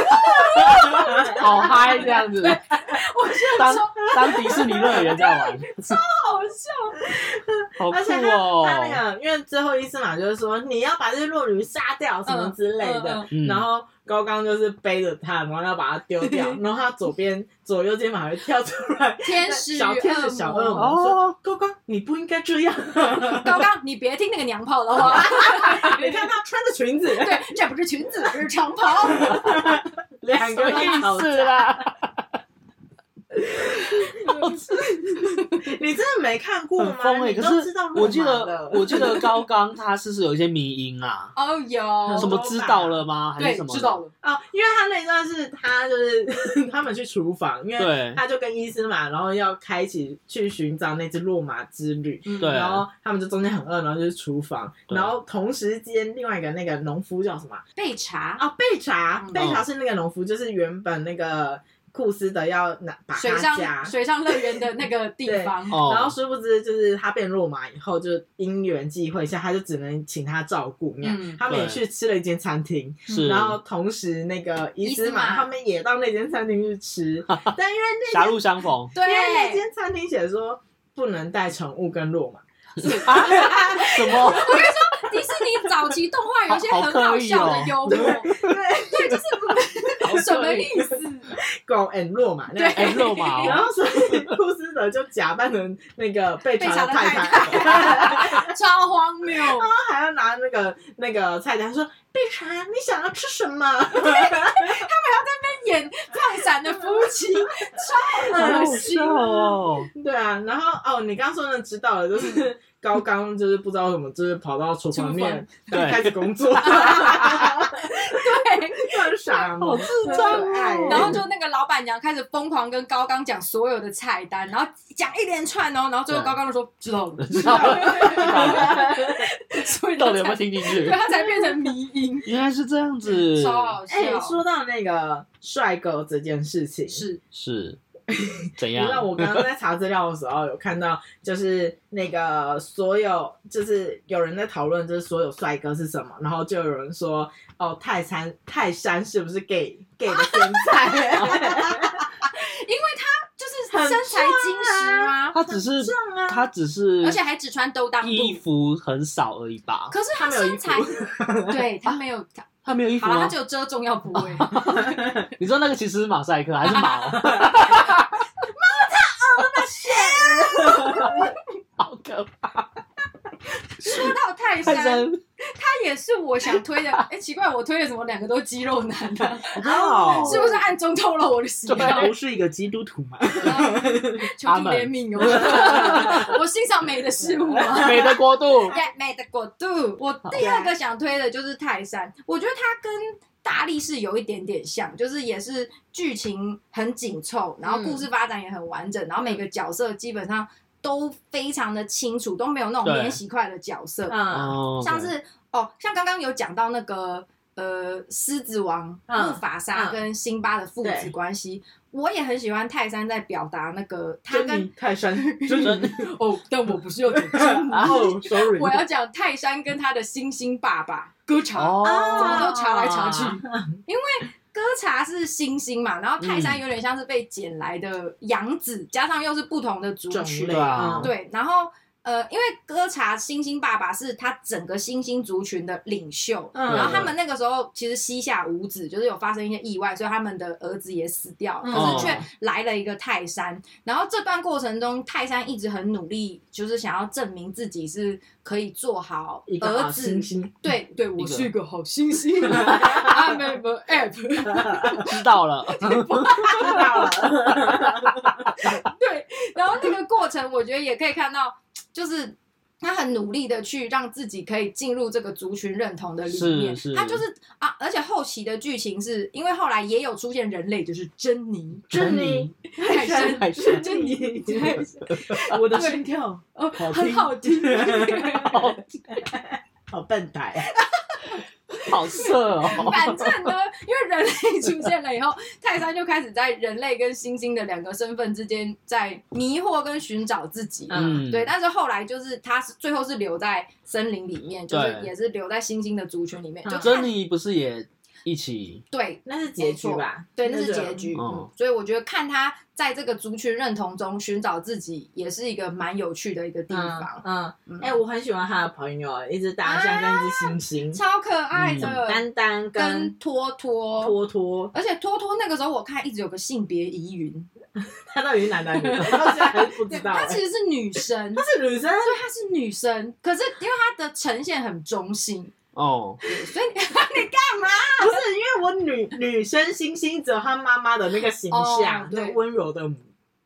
好嗨这样子，我觉得当超当迪士尼乐园在玩，好笑。好酷而且他、哦，他那个，因为最后伊斯玛就是说你要把这些弱女杀掉什么之类嗯的，嗯嗯然后高刚就是背着他，然后要把他丢 掉，然后他左边左右肩膀还会跳出来。天使小天使与小恶恶魔魔哦说：“高高，你不应该 这样。高高，你别听那个娘炮的话，你看他穿着裙子， 对，这不是裙子，这是长 袍。 两个什么人意吵思架。啦？你真的没看过很吗？疯哎，啊你可都是知道路我记马的得我记得高刚他是不是有一些迷音 啊？哦有，什么知道了吗？还对是什，么？知道。了，哦，因为他那一段是他就是 他们去厨房，因为对他就跟伊斯玛，然后要开启去寻找那只落马之旅。嗯对啊然后他们就中间很饿，然后就是厨房，对然后同时间另外一个那个农夫叫什么啊？被查啊，贝查嗯，贝查是那个农夫，就是原本那个库斯的要拿把水他家上，水上乐园的那个地方，哦，然后殊不知就是他变落马以后，就因缘际会下，他就只能请他照顾那样。嗯他们也对去吃了一间餐厅，是，然后同时那个伊斯伊斯玛玛他们也到那间餐厅去吃，但因为狭路相逢对因为那间餐厅写说不能带宠物跟落马，啊？ 什么？迪士尼早期动画有一些很好哦笑的幽默，对，对，就是什么意思？狗 and 落马那哎，样。肉 麻然 哦，后所以库斯德就假扮成那个被被查查的的太太太，太，超荒谬。他还要拿那个那个菜单说贝查你想要吃什么？ 演放闪的夫妻，超好恶心笑。 哦！对啊，然后哦，你刚刚说的知道了，就是高刚就是不知道为什么，就是跑到厨房面嗯厨 房开始工作，对，很傻嘛，智很障哦可爱耶。然后就那个老板娘开始疯狂跟高刚讲所有的菜单，然后讲一连串哦，然后最后对高刚就说知道 了，知道了，所以到他底有没有才听进对 去？他才变成迷音，原来是这样子，哎超好笑哎、。说到那个帅哥这件事情， 是是怎你知道样？我刚刚在查资料的时候，有看到就是那个所有，就是有人在讨论，就是所有帅哥是什么，然后就有人说，哦，泰山泰山是不是 gay gay 的身 哦材？因为他就是很身材精实啊，他只是壮啊他只是而且还只穿兜裆衣布。服很少而已吧？可是他没有身衣服材， 对他没有，他他没有衣服好了，他吗只？有遮重要部 位。你知道那个其实是马赛克还是毛？好可怕！说到泰泰山，山，他也是我想推的。 哎，奇怪，我推的怎么两个都肌肉男呢？ 哦是不是暗中透露我的喜对好？啊不是一个基督徒嘛？求阿主门怜悯 我，我欣赏美的事物啊。美的国度，对，美的国度。我第二个想推的就是泰山，我觉得它跟大力士有一点点像，就是也是剧情很紧凑，然后故嗯事发展也很完整，然后每个角色基本上都非常的清楚，都没有那种对免洗块的角色，嗯 哦，像是哦，像刚刚有讲到那个。呃，狮子王、嗯木法沙嗯跟辛巴的父子对关系，我也很喜欢泰山在表达那个他珍妮跟泰 山，珍妮哦，但我不是要讲真 理哦，sorry，我要讲泰山跟他的星星爸爸哥查，哦，怎么都查来查去，哦 因为哥查是星星嘛，然后泰嗯山有点像是被捡来的养子，加上又是不同的族种群，类对啊啊，对，然后。呃，因为哥查星星爸爸是他整个星星族群的领袖，嗯然后他们那个时候其实膝下无子，就是有发生一些意外，所以他们的儿子也死掉，嗯可是却来了一个泰山。然后这段过程中，泰山一直很努力，就是想要证明自己是可以做好嗯一个儿好子星。星，对对，我一个是 一个好星星，I'm an app。 知道了，知道了，对，然后那个过程，我觉得也可以看到，就是他很努力的去让自己可以进入这个族群认同的里面。是是他就是啊，而且后期的剧情是因为后来也有出现人类，就是珍妮，珍妮泰山泰山，珍妮，对我的心跳哦，好很听好听。好好笨台，好色哦， 反正呢，因为人类出现了以后，泰山就开始在人类跟猩猩的两个身份之间在迷惑跟寻找自己。嗯，对，，但是后来就是他是最后是留在森林里面，就是对也是留在猩猩的族群里面，就嗯看珍妮不是也一起对 那是结局吧？对，那是结局。嗯嗯，所以我觉得看他在这个族群认同中寻找自己，也是一个蛮有趣的一个地方。嗯，啊嗯嗯，哎，我很喜欢他的朋友，一只大象跟一只猩猩，超可爱的，丹丹跟跟托嗯托。托托，而且托托那个时候，我看一直有个性别疑云，他到底是男男女？ 我到现在还是不知道。她其哎实是女生，他是女生，对，她是女生，可是因为她的呈现很中性，哦，所以你你不是因为我女女生猩猩只有她妈妈的那个形哦象，对那温柔的母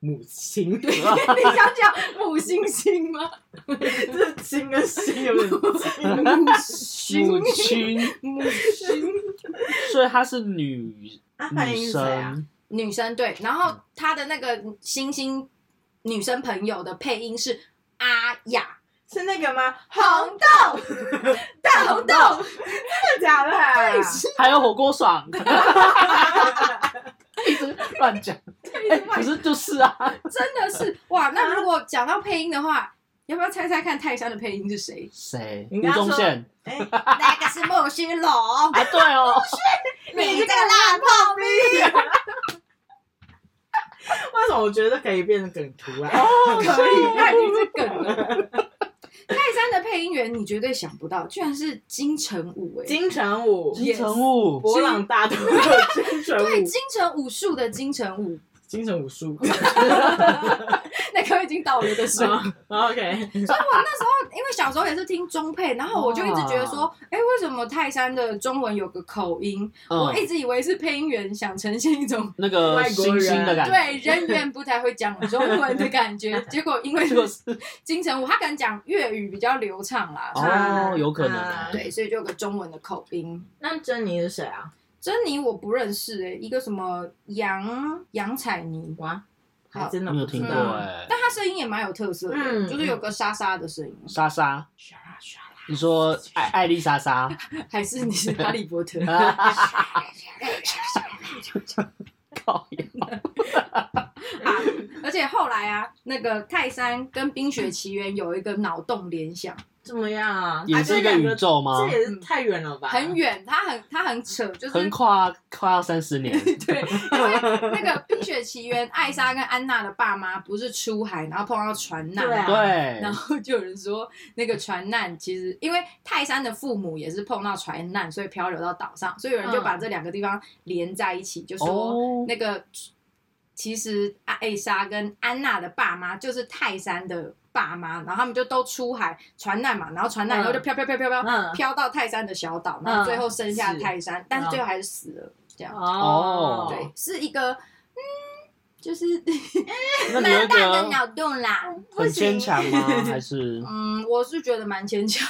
母 亲，你想讲母猩猩吗？这亲跟猩有点近母母猩，亲，母猩。所以她是女啊，反应女是谁啊？生，女生对，然后她的那个星星女生朋友的配音是阿雅，是那个吗？红豆，大红豆，真的假的啊？还有火锅爽， 一直乱讲，哎，可是就是啊，？真的是哇！啊那如果讲到配音的话，要不要猜猜看泰山的配音是谁谁？你吴刚刚宗说宪哎，那个是莫须 龙，啊，对哦，你这个烂炮兵，为什么我觉得可以变得梗图啊？哦可以，那已经是梗啊了。泰山的配音员你绝对想不到，居然是金城武哎、金城武，金城武，博朗大都的金城对，武，金城武术的金城武，金城 武 输。那个已经到了的 时候。啊 OK，所以我那时候因为小时候也是听中配，然后我就一直觉得 说，哎、为什么泰山的中文有个口音？嗯我，一直以为是配音员想呈现一种那个外国星星的人感觉，对人员不太会讲中文的感 觉。结果因为这个金城武他可能讲粤语比较流畅啦，哦啊有可能啊对，所以就有个中文的口音。那珍妮是谁啊？珍妮我不认识、哎，一个什么杨杨采妮，哇，好还真的没有不知听道过嗯哎，但她声音也蛮有特色的，嗯就是有个沙沙的声音，莎莎，唰啦唰啦你说艾艾丽莎莎， 还是你是哈利波 特？啊靠呀，啊，那个泰山跟《冰雪奇缘》有一个脑洞联想，怎么样啊？也是一个宇宙吗啊，这两个？这也是太远 了吧？很远，它很它很扯，就是横跨跨要三十年，对，因为那个《冰雪奇缘》，艾莎跟安娜的爸妈不是出海，然后碰到船难对嘛，啊对，然后就有人说，那个船难其实因为泰山的父母也是碰到船难，所以漂流到岛上，所以有人就把这两个地方连在一起，就说嗯哦，那个其实艾莎跟安娜的爸妈就是泰山的爸妈，然后他们就都出海船难嘛，然后船难以后就飘飘飘飘飘嗯，飘到泰山的小岛，然嗯后最后生下是泰山，但是最后还是死了，这样哦，对，是一个。嗯，就是那你蛮会觉大的得脑洞啦，不很牵行。强 吗？还是嗯，我是觉得蛮牵强，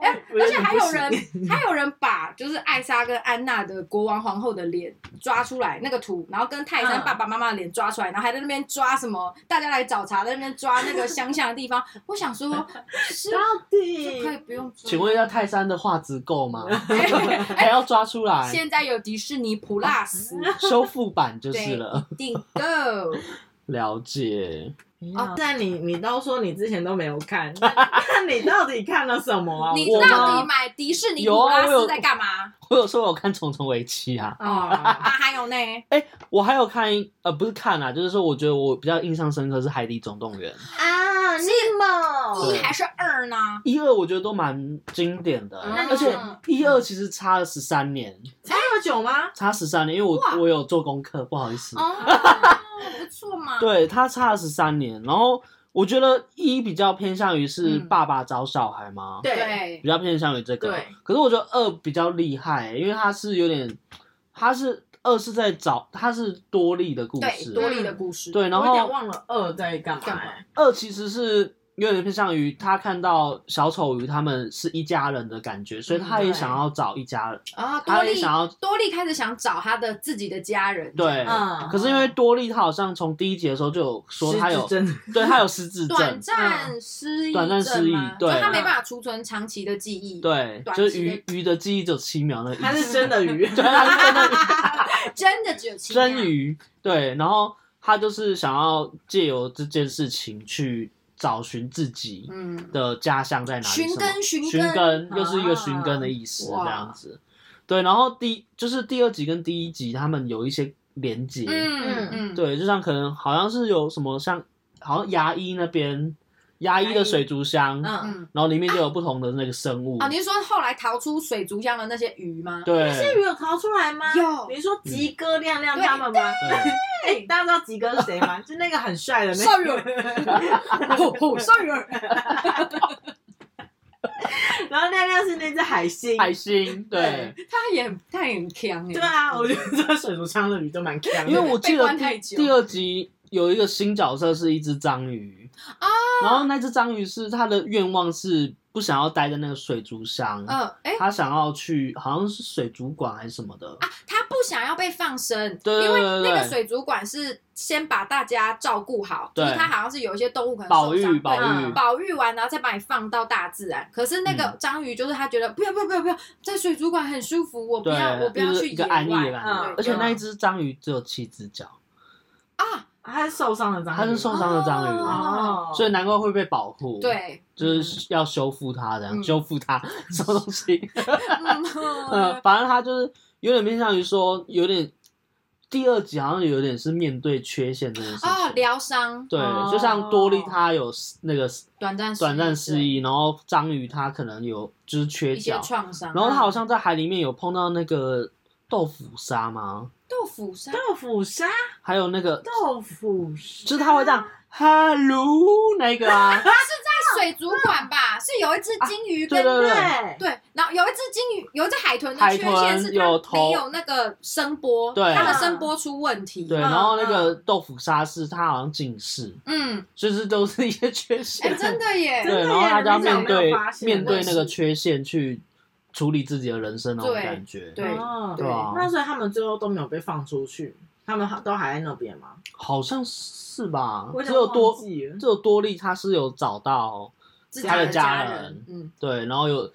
哎，而且还有人还有人把就是艾莎跟安娜的国王皇后的脸抓出来那个图，然后跟泰山嗯爸爸妈妈的脸抓出来，然后还在那边抓什么，大家来找茬，在那边抓那个乡下的地方。我想说，是 到是可以底不用抓。 请问一下，泰山的画质够吗？ 哎，还要抓出来 现在有迪士尼 Plus，修复版就是了。 定的。了解，哦，那你你都说你之前都没有看，那 那你到底看了什么啊？你我到吗底买迪士尼有普啊拉我有斯在干嘛？我有说我有看《重重危机》啊，啊，啊，还有呢？我还有看一呃不是看啊，就是说我觉得我比较印象深刻是《海底总动员》啊，尼莫一还是二呢？一二，我觉得都蛮经典的，嗯而且一二其实差了十三年，才那么久吗？差十三年，因为哇我我有做功课，不好意思。哦，不错嘛。对他差了十三年，然后我觉得一比较偏向于是嗯爸爸找小孩嘛，对，对比较偏向于这个对。可是我觉得二比较厉害、欸因为它是有点，它是二是在找，它是多利的故对，事，多利的故事。对然我有点后忘了二在干嘛干欸。二其实是有点偏向于他看到小丑鱼他们是一家人的感觉，嗯所以他也想要找一家人，哦啊，多他也利想要多利开始想找他的自己的家人，对。嗯可是因为多利他好像从第一集的时候就有说他有，失智 症对他有失 智短症，暂失忆症嘛，短暂失忆就对他没办法储存长期的记忆，，对，短就是期的鱼鱼的记忆只有七秒那个意思。他是真的 鱼，对，他是真的真的只有七秒真鱼，对，然后他就是想要借由这件事情去找寻自己嗯，的家乡在哪里，寻什么根寻根寻根又是一个寻根的意思，啊这样子。对，然后第就是第二集跟第一集他们有一些连接，嗯嗯，对，就像可能好像是有什么像好像牙医那边牙医的水族箱，嗯，嗯。然后里面就有不同的那个生物，啊，你是说后来逃出水族箱的那些鱼吗？对，这鱼有逃出来吗？有你说吉哥亮亮他们吗？对哎，大家知道吉哥是谁 吗？就那个很帅的少那有个，吼 吼，少有然后亮亮是那只海星。海星，对。他也很他也很强哎，对啊，我觉得这水族箱的鱼都蛮强的，因为我记被得关太第久第二集有一个新角色是一只章鱼啊，然后那只章鱼是他的愿望是不想要待在那个水族箱，嗯，哎，他想要去好像是水族馆还是什么的，啊，他不想要被放生，对对对因为对那对个水族馆是先把大家照顾好，对就是它好像是有一些动物可能保受伤育对保育嗯，保育完，然后再把你放到大自然。可是那嗯个章鱼就是他觉得不要不要不要不要，在水族馆很舒服，我不对要我，不要就去是一野个外嗯安逸的感觉嗯。而且嗯那一只章鱼只有七只脚，啊，他是受伤的章鱼，它是受伤的章哦鱼，哦，所以难怪会被保护。。对， 就是要修复它，这样、嗯修复它 什么东西？嗯， 嗯，反正他就是有点偏向于说，有点第二集好像有点是面对缺陷这件事情。哦，疗伤，对，哦就像多利他有那个短暂短暂失忆忆，然后章鱼他可能有就是缺对，一些角，创伤，啊然后他好像在海里面有碰到那个豆腐鲨吗？豆腐伤，豆腐鲨，还有那个豆腐鲨，就是他会这样 hello 那个 啊，在水族馆吧，是有一只金鱼跟对对对，对，然后有一只金鱼，有一只海豚的海缺豚陷是它有头没有那个声波，对它的声波出问题。对，嗯然后那个豆腐鲨是他好像近视，嗯，就是都是一些缺哎、陷，真的耶，对，真的耶然后他就要你讲面没对有发现面对我也那是个缺陷去处理自己的人生那种对感觉，对哦对啊，那所以他们最后都没有被放出去，他们都还在那边吗？好像是吧我，只有多忘记了只有多利他是有找到。自己他的的家人，人嗯，对，然后有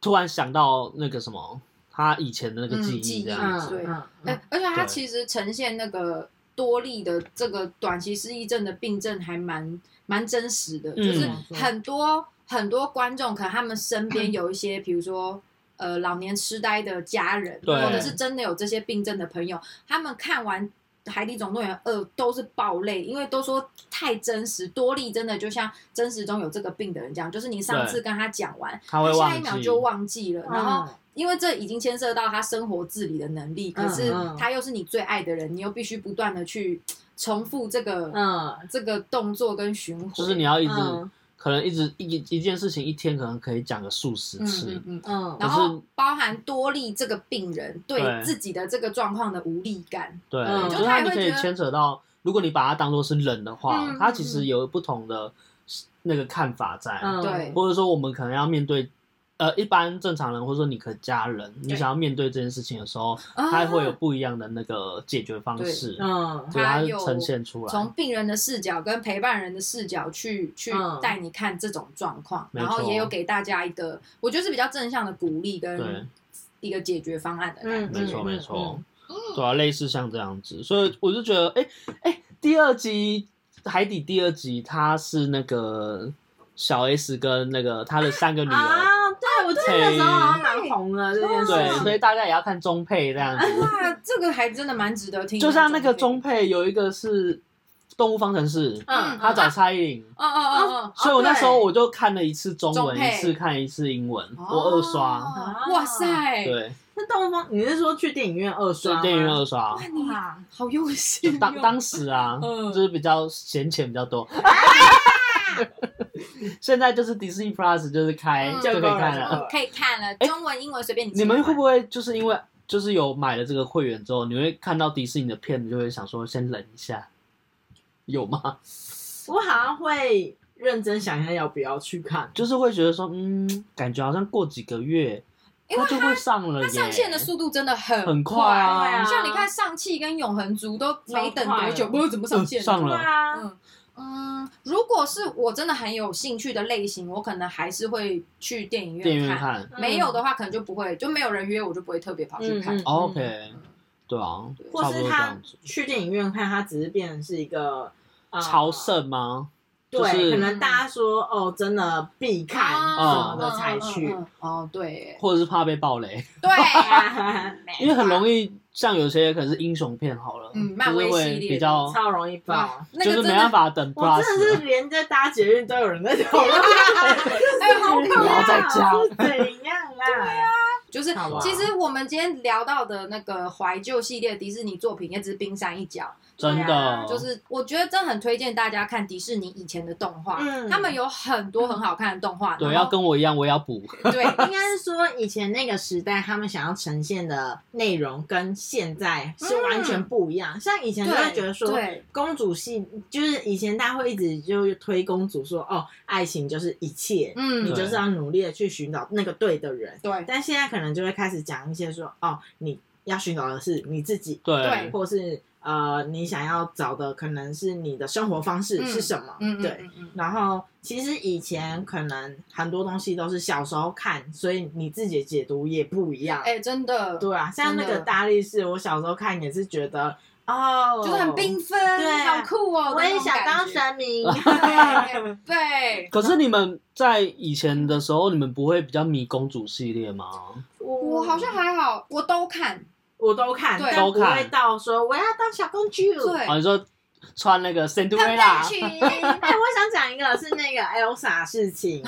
突然想到那个什么，他以前的那个嗯记记忆忆这样嗯子，对嗯哎、嗯而且它对其实呈现那个。多例的这个短期失忆症的病症还蛮蛮真实的，就是嗯很多很多观众可能他们身边有一些，比如说。呃，老年痴呆的家人，对或者是真的有这些病症的朋友，他们看完《海底总动员二》都是爆泪，因为都说太真实，多利真的就像真实中有这个病的人这样，就是你上次对跟他讲完，他会下忘一秒记，就忘记了，然后嗯因为这已经牵涉到他生活自理的能力，可是嗯嗯他又是你最爱的人，你又必须不断的去重复这个、嗯，这个动作跟循环，就是你要一直、嗯可能一直一一件事情一天可能可以讲个数十嗯次，嗯嗯。嗯然可后是包含多利这个病人对对自己的这个状况的无力感，对，嗯就就是他它也就会可以觉得牵扯到，如果你把它当做是人的话，嗯它其实有不同的那个看法在，嗯对或者说我们可能要面对。呃，一般正常人或者说你的家人，你想要面对这件事情的时候，啊他会有不一样的那个解决方式，嗯对，它它是有呈现出来。从病人的视角跟陪伴人的视角去去嗯带你看这种状况，没然后也错有给大家一个我觉得是比较正向的鼓励对跟一个解决方案的感觉。没错嗯没嗯错，对啊，类似像这样子，所以我就觉得，哎、哎、第二集海底第二集，它是那个小 S 跟那个他的三个女儿，啊，对我记得那时候好像蛮红的这件对，事，所以大家也要看中配这样啊子，哇，这个还真的蛮值得听的。就像那个中中配，配有一个是《动物方程式》，嗯他找蔡依林。嗯嗯嗯所以我那时候对我就看了一次中中文，配一次看一次英文，嗯，我二刷，哦哇塞，对，那东方，你是说去电影院二刷是吗？电影院二刷。哇你哇，好用就心哦，当当时 啊，嗯就是比较闲钱比较多。啊 现在就是 Disney Plus 就是开嗯就可以看就够了了。可以看了，中文、英文随便你。哎你们会不？会就是因为就是有买了这个会员之后，你会看到迪士尼的片，你就会想说先忍一下，有吗？我好像会认真想一下要不要去看，就是会觉得说，嗯，感觉好像过几个月因它就会上了耶，它上线的速度真的很很快快啊对啊像你看上汽跟永恒族都没等多久，超快不知了道怎么上线、嗯上了对啊，嗯嗯，如果是我真的很有兴趣的类型，我可能还是会去电影电影院院看。看。嗯没有的话，可能就不会，就没有人约，我就不会特别跑去看。嗯嗯哦 OK，对啊，或差不是多这他样子。去电影院看，他只是变成是一个呃朝圣吗？就对，是可能大家说哦，真的必看什么的才去嗯。嗯嗯哦，对耶，或者是怕被暴雷？ 对啊，因为很容易，易，像有些可能是英雄片好了，嗯漫威就是系会列比较，超容易爆。那就个是真没的，办法等我真的 plus，是连在搭捷运都有人在讨论， 哎呦，好不可要怕。哦再啊加是怎样啦？就是好吧其实我们今天聊到的那个怀旧系列迪士尼作品，也只是冰山一角。真对啊的就是我觉得真的很推荐大家看迪士尼以前的动画，嗯他们有很多很好看的动画。对，然要后跟我一样，我也要补，对， 应该是说以前那个时代，他们想要呈现的内容跟现在是完全不一样。像以前就会觉得说，对公主戏就是以前大家会一直就推公主说，哦，爱情就是一切，嗯你就是要努力的去寻找那个对的人。对嗯但现在可能就会开始讲一些说，哦，你要寻找的是你自己，对对，或是呃，你想要找的可能是你的生活方式嗯是什么？嗯，对。嗯，嗯然后其实以前可能很多东西都是小时候看，所以你自己的解读也不一样。哎、真的，对啊，像那真个的大力士，我小时候看也是觉得哦，就是很缤纷，对好酷哦！我也那种想感当觉。神明。 对，可是你们在以前的时候，你们不会比较迷公主系列吗？我我好像还好，我都看。我都看，对但不都看会到说我要当小公主。对啊，你说穿那个看大 Cinderella，群，哎、我想讲一个是那个 Elsa 事情，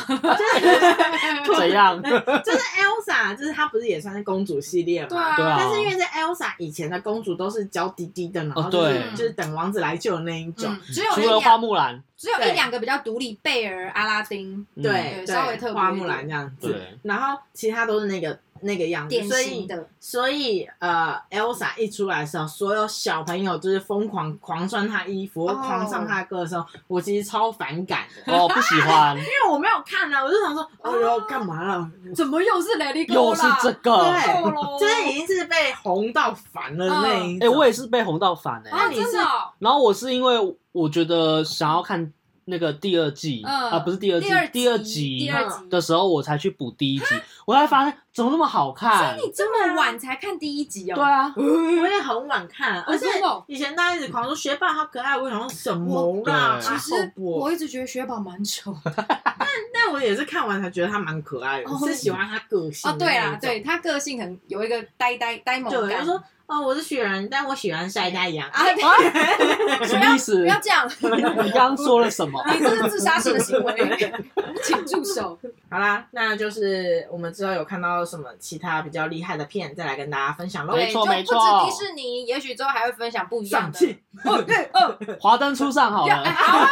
怎样？就是 Elsa，就是她不是也算是公主系列吗？对啊，对啊但是因为在 Elsa 以前的公主都是娇滴滴的，然后哦就是、对就是等王子来救的那一种。 嗯，只除有了一花两，木兰，只有一对两个比较独立，贝尔、阿拉丁，嗯对对稍微特别花一木点兰这样子，对然后其他都是那个那个样子，典所型以的。所以呃，Elsa 一出来的时候，所有小朋友就是疯狂狂穿她衣服、哦狂唱她的歌的时候，我其实超反感 的，哦，不喜欢，因为我没有看啊，我就想说，哦哦哟，干嘛哦了？怎么又是 Lady 又是这个，对够咯就是已经是被红到烦了那一哎，种。我也是被红到反哎，啊，你是真的哦然后我是因为我觉得想要看那个第二季嗯啊，不是第二季第二，第二集集第二集的时候，我才去补第一集，我才发现怎么那么好看。你这么晚才看第一集哦？对啊，我也很晚看，啊而且真的哦以前大家一直狂说学霸好可爱，我想说什么啦？对其实好哦薄我一直觉得雪宝蛮 丑的但我也是看完才觉得他蛮可爱的，哦我是喜欢他个性哦，的对那啦种，对他个性很有一个呆呆呆萌对，感他，说哦，我是雪人，但我喜欢晒太阳。啊，什么意不思？要这样，你刚刚说了什么？你这是自杀式的行 为，请住手。 好啦，那就是我们之后有看到什么其他比较厉害的片，再来跟大家分享喽。没对，错就没错不止迪士尼，也许之后还会分享不一样上的。镜，哦对哦，华灯初上好要了，好啊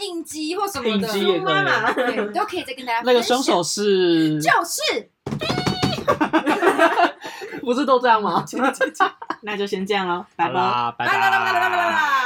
应激或什么应的，激也可 妈以。妈，对，都可以再跟大家那个分享凶手是，就是不是都这样吗？那就先这样喽，拜好拜。啦，拜啦啦啦啦啦啦拜。啦。